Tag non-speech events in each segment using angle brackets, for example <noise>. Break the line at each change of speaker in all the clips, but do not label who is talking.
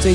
最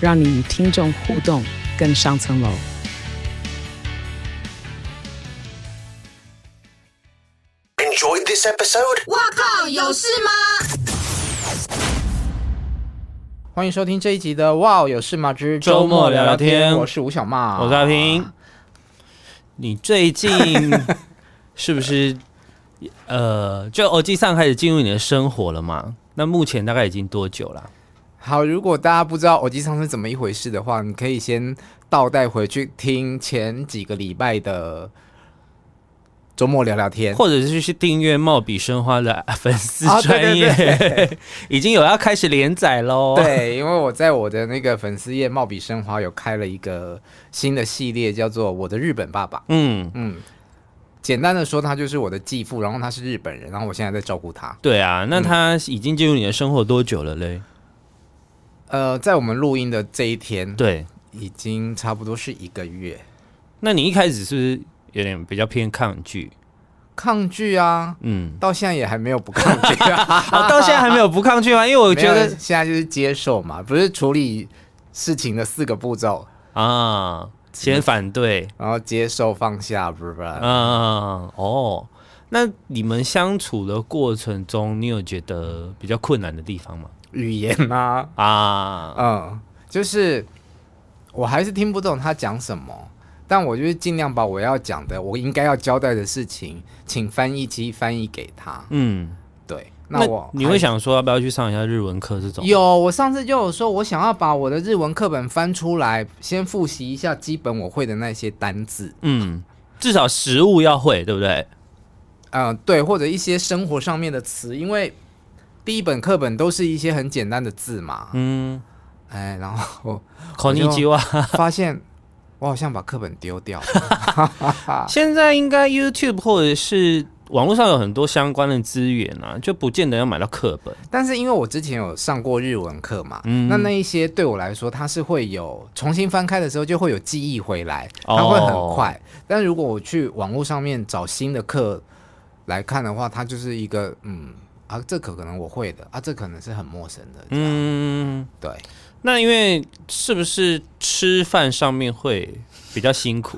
让你与听众互动更上层楼。
Enjoyed this episode?
哇靠，有事吗？
欢迎收听这一集的《哇哦有事吗之
周末聊聊天
我是吴小骂，
我是阿平。你
<laughs>
最近是不是呃，就耳机上开始进入你的生活了嘛？那目前大概已经多久了？
好，如果大家不知道耳机上是怎么一回事的话，你可以先倒带回去听前几个礼拜的周末聊聊天。
或者是去订阅貌比生花的 <laughs> 粉丝
啊对
专
对
业， <laughs> 已经有要开始连载喽。，
对，因为我在我的那个粉丝页“貌比生花”有开了一个新的系列，叫做《我的日本爸爸》。
嗯，
嗯，简单的说，他就是我的继父，然后他是日本人，然后我现在在照顾他。
对啊，
嗯
那他已经进入你的生活多久了嘞？
呃，在我们录音的这一天，，
对，
已经差不多是一个月。
那你一开始是不是有点比较偏抗拒？
抗拒啊，
嗯，
到现在也还没有不抗拒
<laughs>
啊。
我、到现在还没有不抗拒吗？因为我
我
觉得
现在就是接受嘛，不是处理事情的四个步骤，
啊，先反对，
然后接受、放下，不是不是。
嗯，哦，那你们相处的过程中，你有觉得比较困难的地方吗？
语言啊，
啊，
嗯，就是我还是听不懂他讲什么，但我就是尽量把我要讲的、我应该要交代的事情，请翻译机翻译给他。
嗯，
对，
那
我
你会
还。
想说要不要去上一下日文课这种？
有，我上次就有说，我想要把我的日文课本翻出来，先复习一下基本我会的那些单字。
嗯，至少食物要会，对不对？
嗯，对，或者一些生活上面的词，因为第一本课本都是一些很简单的字嘛。
嗯，
哎，然后
口尼基哇，
我发现我好像把课本丢掉了。 <laughs>
<laughs> 现在应该 YouTube 或者是网络上有很多相关的资源啊，就不见得要买到课本。啊
但是因为我之前有上过日文课嘛，
嗯
那那一些对我来说，它是会有重新翻开的时候就会有记忆回来，它会很
哦
快。但如果我去网络上面找新的课来看的话，它就是一个嗯啊，这可可能我会的啊，这可能是很陌生的。嗯，
嗯，
对，
那因为是不是吃饭上面会比较辛 <laughs> 苦？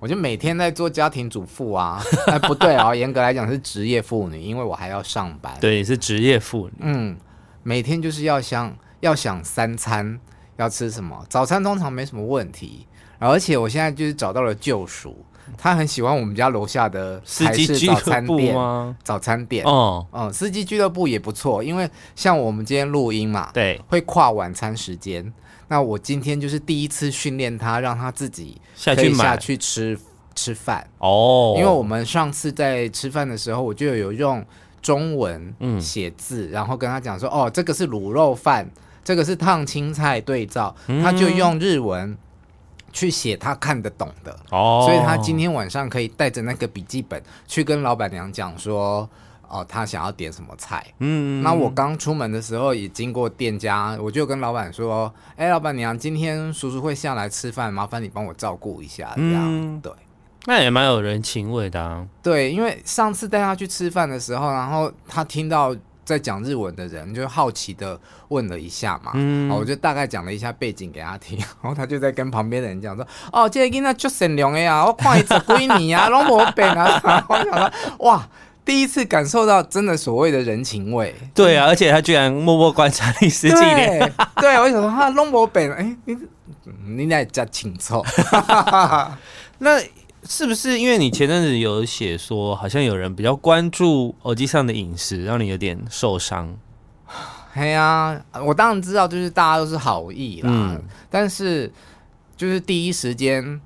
我就每天在做家庭主妇啊， <laughs> 哎，不对
<laughs>
啊，严格来讲是职业妇女，因为我还要上班。，
对，你是职业妇女。
嗯，每天就是要想要想三餐要吃什么，早餐通常没什么问题，而且我现在就是找到了救赎，他很喜欢我们家楼下的
司
台
机
式
俱
早餐
乐部
店，
吗？
早餐店。
哦，
嗯，司机俱乐部也不错，因为像我们今天录音嘛，
对，
会跨晚餐时间。那我今天就是第一次训练他，让他自己
下
可
去
以下
买
去吃吃饭。
哦，
因为我们上次在吃饭的时候，我就有用中文
嗯
写字，然后跟他讲说，哦，这个是卤肉饭，这个是烫青菜对照，
嗯
他就用日文去写他看得懂的，
哦，
所以他今天晚上可以带着那个笔记本去跟老板娘讲说。哦，他想要点什么菜？
嗯
那我刚出门的时候也经过店家，我就跟老板说：“哎、老板娘，今天叔叔会下来吃饭，麻烦你帮我照顾一下。”这样、
嗯
对。
那也蛮有人情味的啊，
对，因为上次带他去吃饭的时候，然后他听到在讲日文的人，就好奇的问了一下嘛，嗯、我就大概讲了一下背景给他听， <laughs> 然后他就在跟旁边的人讲说：“哦，这个囡仔就善良的啊，我看伊十几年啊，拢无变啊。” <laughs> 然后我想说，哇，第一次感受到真的所谓的人情味。
对啊，而且他居然默默观察你十
对
几年，
对，我想说他拢无变，哎、你嗯你来加清楚，
那是不是因为你前阵子有写说，好像有人比较关注耳机上的饮食，让你有点受伤？
哎呀，我当然知道，就是大家都是好意啦，
嗯
但是就是第一时间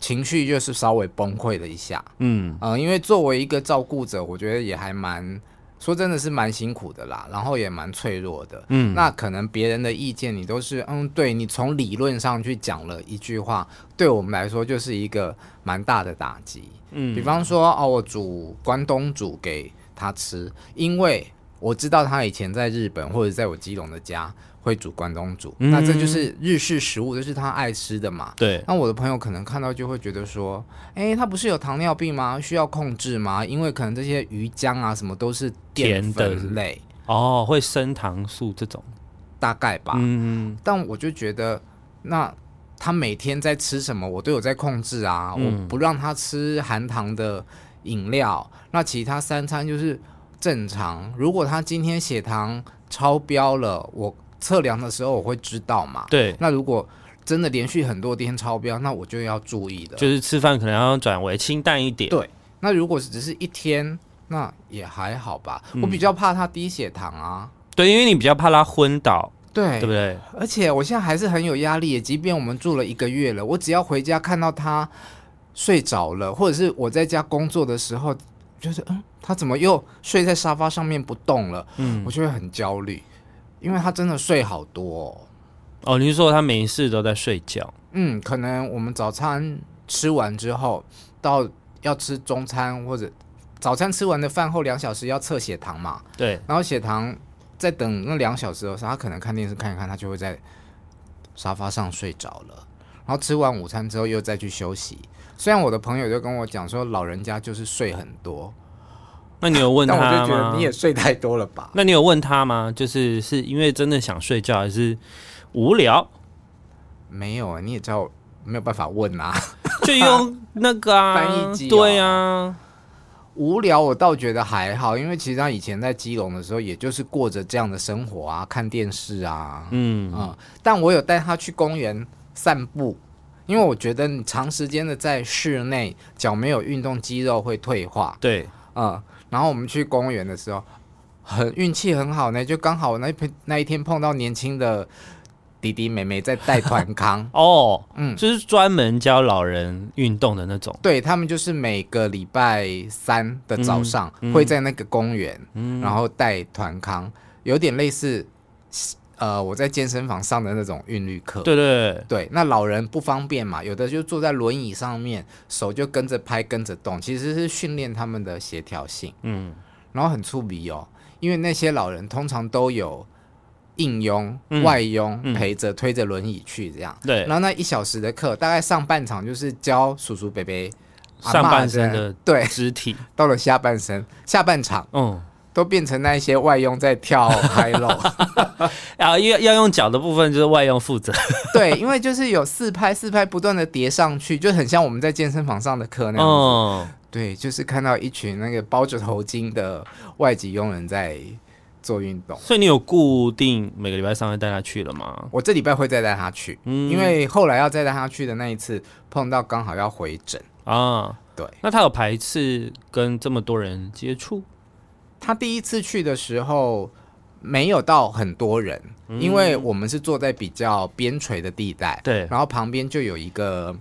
情绪就是稍微崩溃了一下，
嗯
嗯、因为作为一个照顾者，我觉得也还蛮说真的是蛮辛苦的啦，然后也蛮脆弱的。
嗯
那可能别人的意见你都是嗯，对你从理论上去讲了一句话，对我们来说就是一个蛮大的打击。
嗯
比方说哦，我煮关东煮给他吃，因为我知道他以前在日本或者在我基隆的家会煮关东煮，
嗯
那这就是日式食物，这是他爱吃的嘛。 <laughs>
对，
那我的朋友可能看到就会觉得说，诶，他不是有糖尿病吗？需要控制吗？因为可能这些鱼浆啊什么都是淀
甜
粉
的
类，
哦，会升糖素这种，
大概吧。
嗯，
但我就觉得，那他每天在吃什么，我都有在控制啊，
嗯
我不让他吃含糖的饮料，那其他三餐就是正常。如果他今天血糖超标了，我测量的时候我会知道嘛。
对，
那如果真的连续很多天超标，那我就要注意了。
就是吃饭可能要转为清淡一点，
对那如果只是一天，那也还好吧。
嗯
我比较怕他低血糖啊。
对，因为你比较怕他昏倒，
对
对不对？
而且我现在还是很有压力耶，即便我们住了一个月了，我只要回家看到他睡着了，或者是我在家工作的时候，就是嗯，他怎么又睡在沙发上面不动了？
嗯
我，就会很焦虑，因为他真的睡好多、哦。
哦，你是说他没事都在睡觉？
嗯，可能我们早餐吃完之后，到要吃中餐或者早餐吃完的饭后两小时要测血糖嘛，
对，
然后血糖在等那两小时的时候，他可能看电视看一看，他就会在沙发上睡着了。然后吃完午餐之后又再去休息。虽然我的朋友就跟我讲说，老人家就是睡很多，
那你有问
<laughs> 但
他吗？
我就觉得你也睡太多了吧？
那你有问他吗？就是是因为真的想睡觉，还是
<laughs>
无聊？
没有啊，你也知道我没有办法问啊。 <laughs>
就用那个啊，
翻译机哦
对啊，
无聊我倒觉得还好，因为其实他以前在基隆的时候，也就是过着这样的生活啊，看电视啊，
嗯，
嗯，但我有带他去公园散步，因为我觉得你长时间的在室内，脚没有运动，肌肉会退化。
对，，
嗯，然后我们去公园的时候，很运气很好呢，就刚好我那一天那一天碰到年轻的弟弟妹妹在带团康
<laughs> 哦，
嗯，
就是专门教老人运动的那种，
对他们就是每个礼拜三的早上、
嗯嗯
会在那个公园，
嗯，
然后带团康，有点类似呃我在健身房上的那种韵律课。
对对
对，那老人不方便嘛，有的就坐在轮椅上面，手就跟着拍跟着动，其实是训练他们的协调性，
嗯，
然后很触鼻哦，因为那些老人通常都有应佣、
嗯
外佣
嗯
陪着、推着轮椅去这样，
对
然，后那一小时的课，大概上半场就是教叔叔伯伯、阿
上
嬷
半身
这样
的
对，
肢
<laughs>
体，
到了下半身，下半场
嗯，
都变成那一些外佣在
<laughs>
跳 high low。
啊，要要用脚的部分就是外用负责，
<laughs> 对，因为就是有四拍四拍不断的叠上去，就很像我们在健身房上的课那样子。
嗯，
对，就是看到一群那个包着头巾的外籍佣人在做运动。
所以你有固定每个礼拜三会带他去了吗？
我这礼拜会再带他去，
嗯
因为后来要再带他去的那一次碰到刚好要回诊，
啊，
对
那他有排斥跟这么多人接触？
他第一次去的时候没有到很多人，
嗯
因为我们是坐在比较边陲的地带，
对，
然后旁边就有一个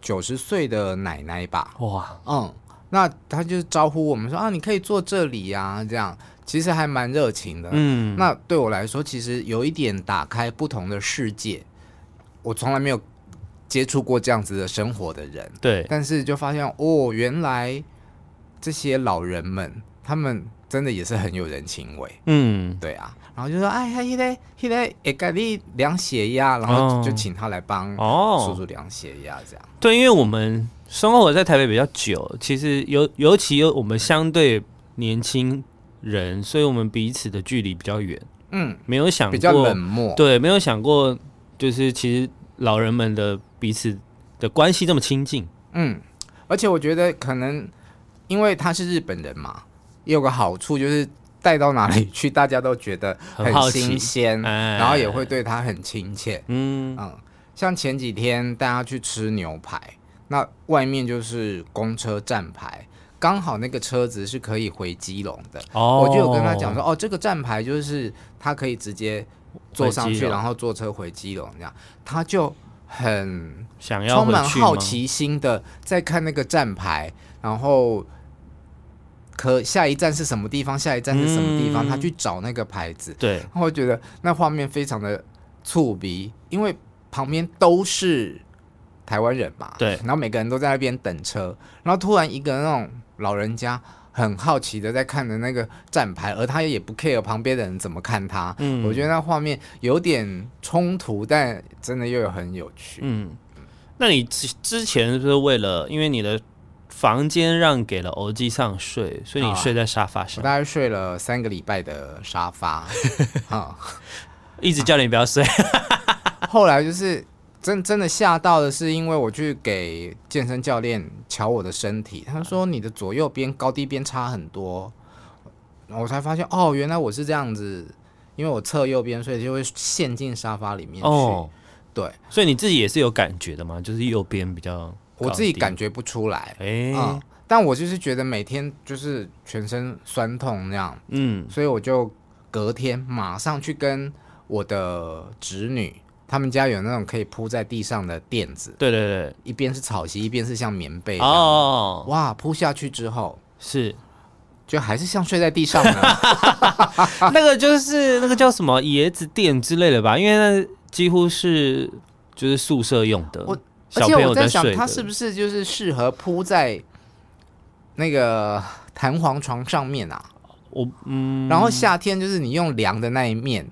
九十岁的奶奶吧，
哇，
嗯，那他就招呼我们说啊，你可以坐这里呀、这样其实还蛮热情的，
嗯，
那对我来说，其实有一点打开不同的世界。我从来没有接触过这样子的生活的人，
对，
但是就发现哦，原来这些老人们，他们真的也是很有人情味。
嗯。
对啊，然后就说哎，他现在现在也给你量血压，然后
哦
就请他来帮
哦
叔叔量血压，这样。
对，因为我们生活在台北比较久，其实尤尤其有我们相对年轻人，所以我们彼此的距离比较远，
嗯，
没有想过
比较冷漠。
对，没有想过就是其实老人们的彼此的关系这么亲近，
嗯，而且我觉得可能因为他是日本人嘛，也有个好处就是带到哪里去，大家都觉得
很好奇
新鲜，
哎
然后也会对他很亲切。
嗯，
嗯，像前几天带他去吃牛排，那外面就是公车站牌。刚好那个车子是可以回基隆的，
哦
我就有跟他讲说，，哦，这个站牌就是他可以直接坐上
回基
去，
隆
然后坐车回基隆这样，他就很
想要
充
回
满
去
好
吗，
奇心的在看那个站牌，然后可下一站是什么地方，下一站是什么地方，他去找那个牌子，
对，
然后我觉得那画面非常的触鼻，因为旁边都是台湾人嘛，
对
然后每个人都在那边等车，然后突然一个那种老人家很好奇的在看着那个站牌，而他也不 care 旁边的人怎么看他，
嗯
我觉得那画面有点冲突，但真的又很有趣，
嗯，那你之之前是不是为了因为你的房间让给了欧基上睡，所以你
啊
睡在沙发
我
上，
大概睡了三个礼拜的沙发，啊、
一直叫你不要睡。
后来就是真真的吓到的是，因为我去给健身教练瞧我的身体，他说你的左右边高低边差很多，我才发现哦，原来我是这样子，因为我侧右边，所以就会陷进沙发里面去。
哦，
对
所以你自己也是有感觉的嘛，就是右边比较，
我自己感，觉不出来，
哎、
嗯，但我就是觉得每天就是全身酸痛那样，
嗯，
所以我就隔天马上去跟我的侄女，他们家有那种可以铺在地上的垫子。
对对对，
一边是草席，一边是像棉被。哦，
哦，
哇，铺下去之后，
是
就还是像睡在地上
<laughs>
呢。啊
那个就是那个叫什么椰子垫之类的吧，因为那几乎是就是宿舍用的，
我而
小
且
朋
我
友
在
睡
想，
的
它是不是就是适合铺在那个弹簧床上面啊？
我嗯，
然后夏天就是你用凉的那一面，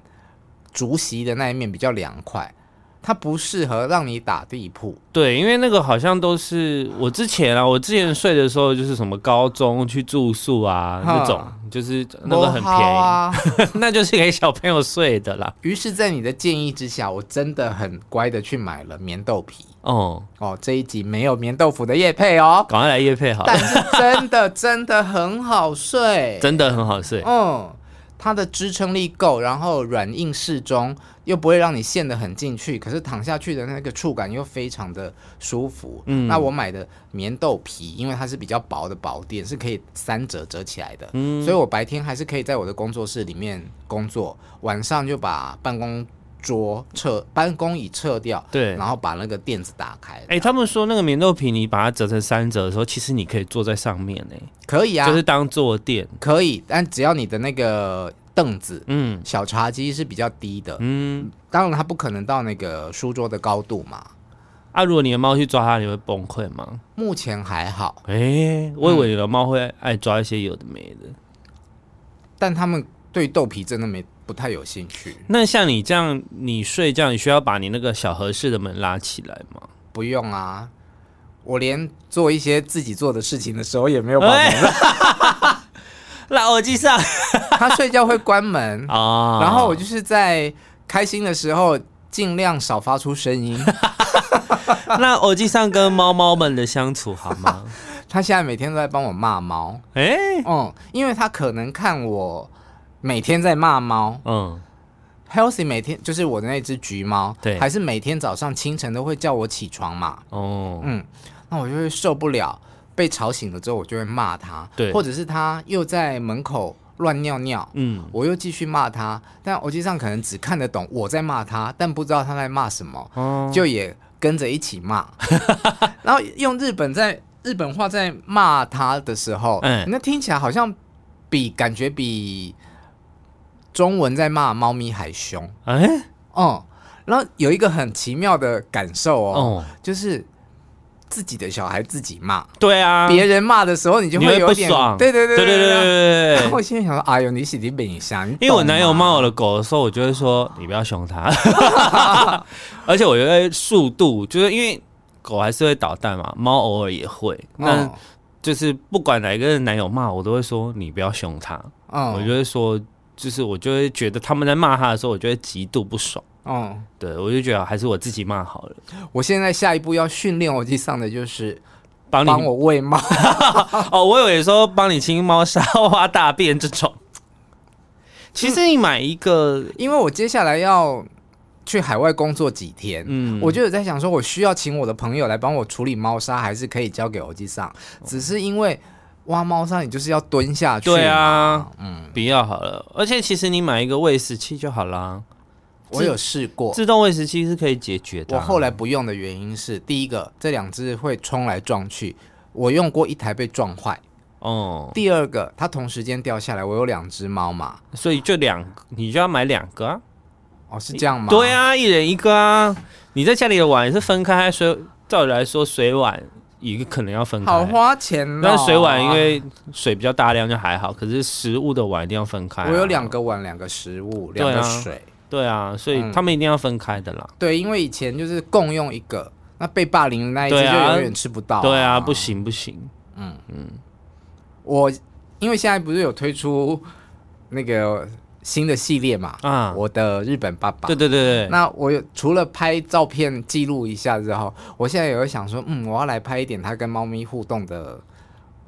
竹席的那一面比较凉快，它不适合让你打地铺。
对，因为那个好像都是我之前啊，我之前睡的时候就是什么高中去住宿啊
哈
那种，就是那个很
不
便
好
宜，
啊。
<laughs> 那就是给小朋友睡的啦。
于是，在你的建议之下，我真的很乖的去买了棉豆皮。
哦、
哦，这一集没有棉豆腐的叶配哦。
赶快来夜配好了
但，是真的真的很好睡，
真的很好睡。
嗯，它的支撑力够，然后软硬适中，又不会让你陷得很进去，可是躺下去的那个触感又非常的舒服。嗯，那我买的棉豆皮，因为它是比较薄的薄垫，是可以三折折起来的，
嗯
所以我白天还是可以在我的工作室里面工作，晚上就把办公桌撤办公椅撤掉，
对
然后把那个垫子打开，
哎、他们说那个棉豆皮，你把它折成三折的时候，其实你可以坐在上面呢、
可以啊，
就是当坐垫。
可以，但只要你的那个凳子，
嗯
小茶几是比较低的，
嗯，
当然它不可能到那个书桌的高度嘛。
啊，如果你的猫去抓它，你会崩溃吗？
目前还好，
哎、我以为你的猫会爱抓一些有的没的。
但他们对豆皮真的没不太有兴趣。
那像你这样，你睡觉，你需要把你那个小合适的门拉起来吗？
不用啊，我连做一些自己做的事情的时候也没有把门拉，
<laughs> 拉哎耳机上
他睡觉会关门，
<laughs> 啊
<laughs> 然后我就是在开心的时候尽量少发出声
<laughs>
音。
那耳机上跟猫猫们的相处好吗？
他现在每天都在帮我骂猫，
<laughs> 哎、
嗯，因为他可能看我每天在骂猫，
嗯，
Healthy 每天就是我的那只橘猫，
对
还是每天早上清晨都会叫我起床嘛，
哦，
嗯，那我就会受不了，被吵醒了之后我就会骂它，
对
或者是它又在门口乱尿尿，
嗯，
我又继续骂它，但耳机上可能只看得懂我在骂它，但不知道它在骂什么，
哦，
就也跟着一起
<laughs>
骂，然后用日本在日本话在骂它的时候，
嗯
那听起来好像比感觉比中文在骂猫咪还凶。
哎、
哦，然后有一个很奇妙的感受哦，
哦，
就是自己的小孩自己骂，
对啊，
别人骂的时候你就
你会
有
不
点
爽，
对对
对
对
对
对
对对
然后
对
<laughs> 我现在想说，哎呦，你洗涤本香，
因为我男友骂我
了，
的狗的时候，我就会说你不要
<laughs>
凶它， <laughs> 而且我觉得速度，就是因为狗还是会捣蛋嘛，猫偶尔也会，那
嗯
就是不管哪一个男友骂我，都会说你不要凶它，
嗯，
我就会说，就是我就会觉得他们在骂他的时候，我就会极度不爽。
嗯，
对，我就觉得还是我自己骂好了，
我现在下一步要训练我去上的就是
帮你
帮我喂
<laughs>
猫，
哦，我以为说帮你清猫砂、挖大便这种。其实你买一个，
因为我接下来要。去海外工作几天，
嗯
我就有在想说，我需要请我的朋友来帮我处理猫砂，还是可以交给欧记上？只是因为挖猫砂，你就是要蹲下去，
对，啊，
嗯，
不要好了。而且其实你买一个喂食器就好啦，
我有试过。
自动喂食器是可以解决的
我
啊、
后来不用的原因是，第一个，这两只会冲来撞去，我用过一台被撞坏，
哦，
第二个，它同时间掉下来，我有两只猫嘛，
所以就两，你就要买两个啊。
哦，是这样吗？
对，啊，一人一个啊。你在家里的碗也是分开，水照理来说水碗一个可能要分开。
好花钱哦。
但水碗因为水比较大量就还好，可是食物的碗一定要分开啊、
我有两个碗，两个食物，两
对
个
啊
水。
对啊，所以
嗯
他们一定要分开的啦。
对，因为以前就是共用一个，那被霸凌的那一只就
对啊
永远吃不到、
对啊，不。行不行，
我因为现在不是有推出那个新的系列嘛？
啊
我的日本爸爸。
对对对对，
那我有除了拍照片记录一下之后，我现在也会想说，嗯，我要来拍一点他跟猫咪互动的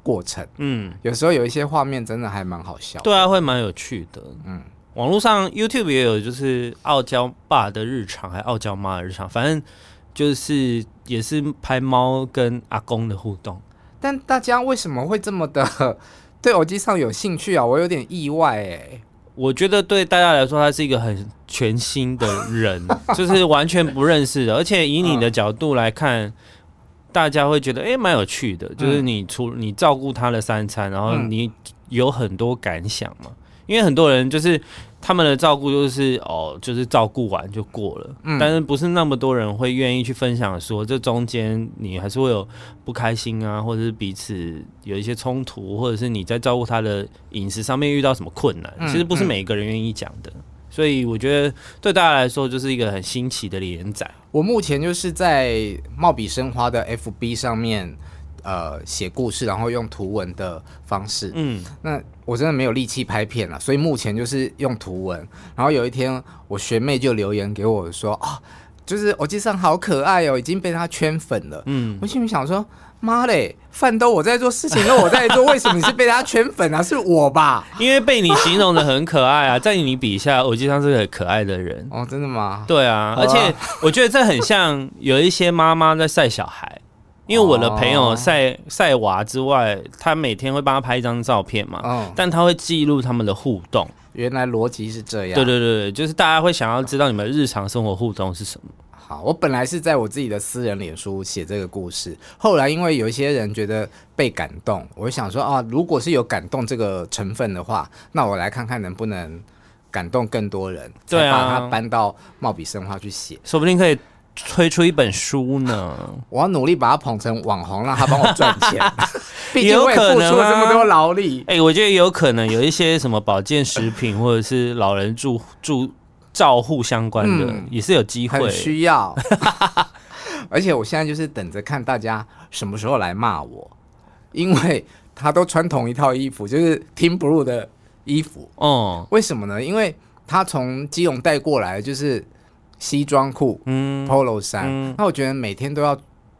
过程。
嗯，
有时候有一些画面真的还蛮好笑。
对啊，会蛮有趣的。嗯
嗯，
网络上 YouTube 也有，就是傲娇爸的日常，还傲娇妈的日常，反正就是也是拍猫跟阿公的互动。
但大家为什么会这么的 <laughs> 对偶机上有兴趣啊？我有点意外哎、
我觉得对大家来说，他是一个很全新的
<laughs>
人，就是完全不认识的。而且以你的
嗯
角度来看，大家会觉得诶蛮、有趣的。就是你除你照顾他的三餐，然后
嗯
你有很多感想嘛。因为很多人就是他们的照顾就是哦，就是照顾完就过了，
嗯
但是不是那么多人会愿意去分享说这中间你还是会有不开心啊，或者是彼此有一些冲突，或者是你在照顾他的饮食上面遇到什么困难，
嗯
其实不是每个人愿意讲的。所以我觉得对大家来说就是一个很新奇的连载，
我目前就是在貌比生花的 FB 上面，呃，写故事，然后用图文的方式。
嗯，
那我真的没有力气拍片了，所以目前就是用图文。然后有一天，我学妹就留言给我说：“啊，就是我记上好可爱哦，已经被他圈粉了。”嗯，我心里想说：“妈嘞，饭都我在做，事情都我在做，为什么你是被他圈粉啊？是我吧
因为被你形容的很可爱啊，在你笔下，我记上是个很可爱的人？”。
哦，真的吗？
对啊，
好啊
而且我觉得这很像有一些妈妈在晒小孩，因为我的朋友
哦
晒晒娃之外，他每天会帮他拍一张照片嘛，
嗯
但他会记录他们的互动。
原来逻辑是这样。
对对对对，就是大家会想要知道你们日常生活互动是什么。
好，我本来是在我自己的私人脸书写这个故事，后来因为有一些人觉得被感动，我就想说啊，如果是有感动这个成分的话，那我来看看能不能感动更多人，才
对啊
把它搬到貌比生花去写。
说不定可以推出一本
<laughs>
书呢。
我要努力把它捧成网红，让他帮我赚
<laughs>
钱，毕竟
有
我也
可
付
能
出了这么
啊
多劳力。
哎、我觉得有可能有一些什么保健食品或者是老人住住照护相关的，
嗯
也是有机会
很。需要。 <laughs> 而且我现在就是等着看大家什么时候来骂我，因为他都穿同一套衣服，就是 Team Blue 的衣服。
哦，
为什么呢？因为他从基隆带过来就是西装裤、
嗯，
polo 衫，
嗯
那我觉得每天都要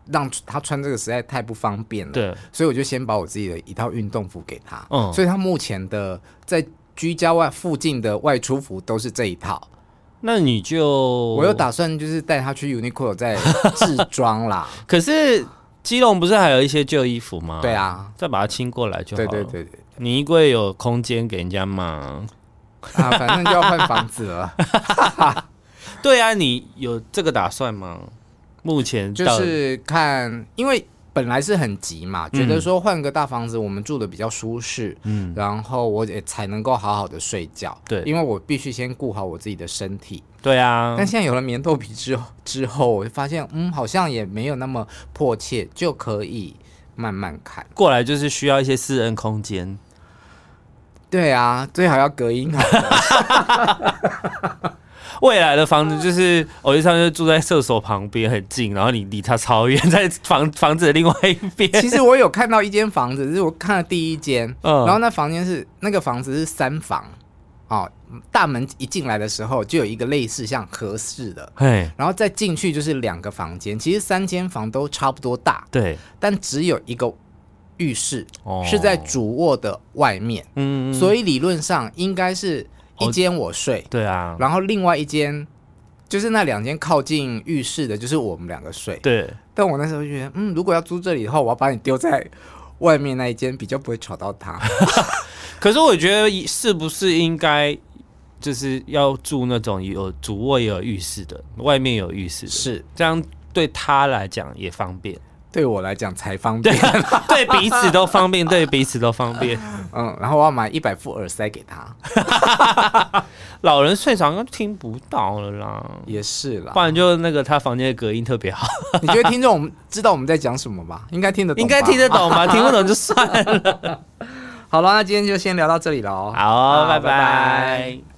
让他穿这个实在太不方便了。
对，
所以我就先把我自己的一套运动服给他。
嗯
所以他目前的在居家外附近的外出服都是这一套。
那你就
我有打算就是带他去 Uniqlo 再试装
<laughs>
啦。
可是基隆不是还有一些旧衣服吗？
对，啊，
再把它清过来就
对
好了。
对，对对
你衣柜有空间给人家吗？
啊，反正就要换房子
<laughs>
了，
对啊，你有这个打算吗？目前
就
到
是看，因为本来是很急嘛，觉得说换个大房子，我们住的比较舒适，
嗯
然后我也才能够好好的睡觉。
对
因为我必须先顾好我自己的身体。
对啊
但，现在有了棉豆皮之后，之后我就发现，嗯，好像也没有那么迫切，就可以慢慢看。
过来就是需要一些私人空间。
对啊，最好要隔音好。
未来的房子就是我一上就住在厕所旁边很近，然后你离它超远，在房房子的另外一边。
<laughs> 其实我有看到一间房子，是我看了第一间，
嗯
然后那房间是那个房子是三房，哦，大门一进来的时候就有一个类似像合适的，
<laughs> 嘿，
然后再进去就是两个房间，其实三间房都差不多大，
对，
但只有一个浴室、
哦
是在主卧的外面，
嗯，哦
所以理论上应该是一间我睡，
对啊，
然后另外一间。就是那两间靠近浴室的，就是我们两个睡。
对，
但我那时候就觉得，嗯，如果要租这里的话，我要把你丢在外面那一间，比较不会吵到
<laughs>
他。
可是我觉得是不是应该就是要住那种有主卧也有浴室的，外面有浴室的，
是
<laughs> 这样对他来讲也方便。
对我来讲才方
对啊
便。
对彼此都方便，对彼此都方 <laughs> 便。
嗯，然后我要买一百副耳塞给他，
老人睡着应该听不到了啦，
也是啦
不。 <laughs> 然就那个他房间的隔音特别好，
你觉得听众我们知道我们在讲什么吧？应该听得懂吧，
应该听得懂吧？听不懂就算了。
好了，那今天就先聊到这里了哦。
<laughs> 好，拜
拜拜
拜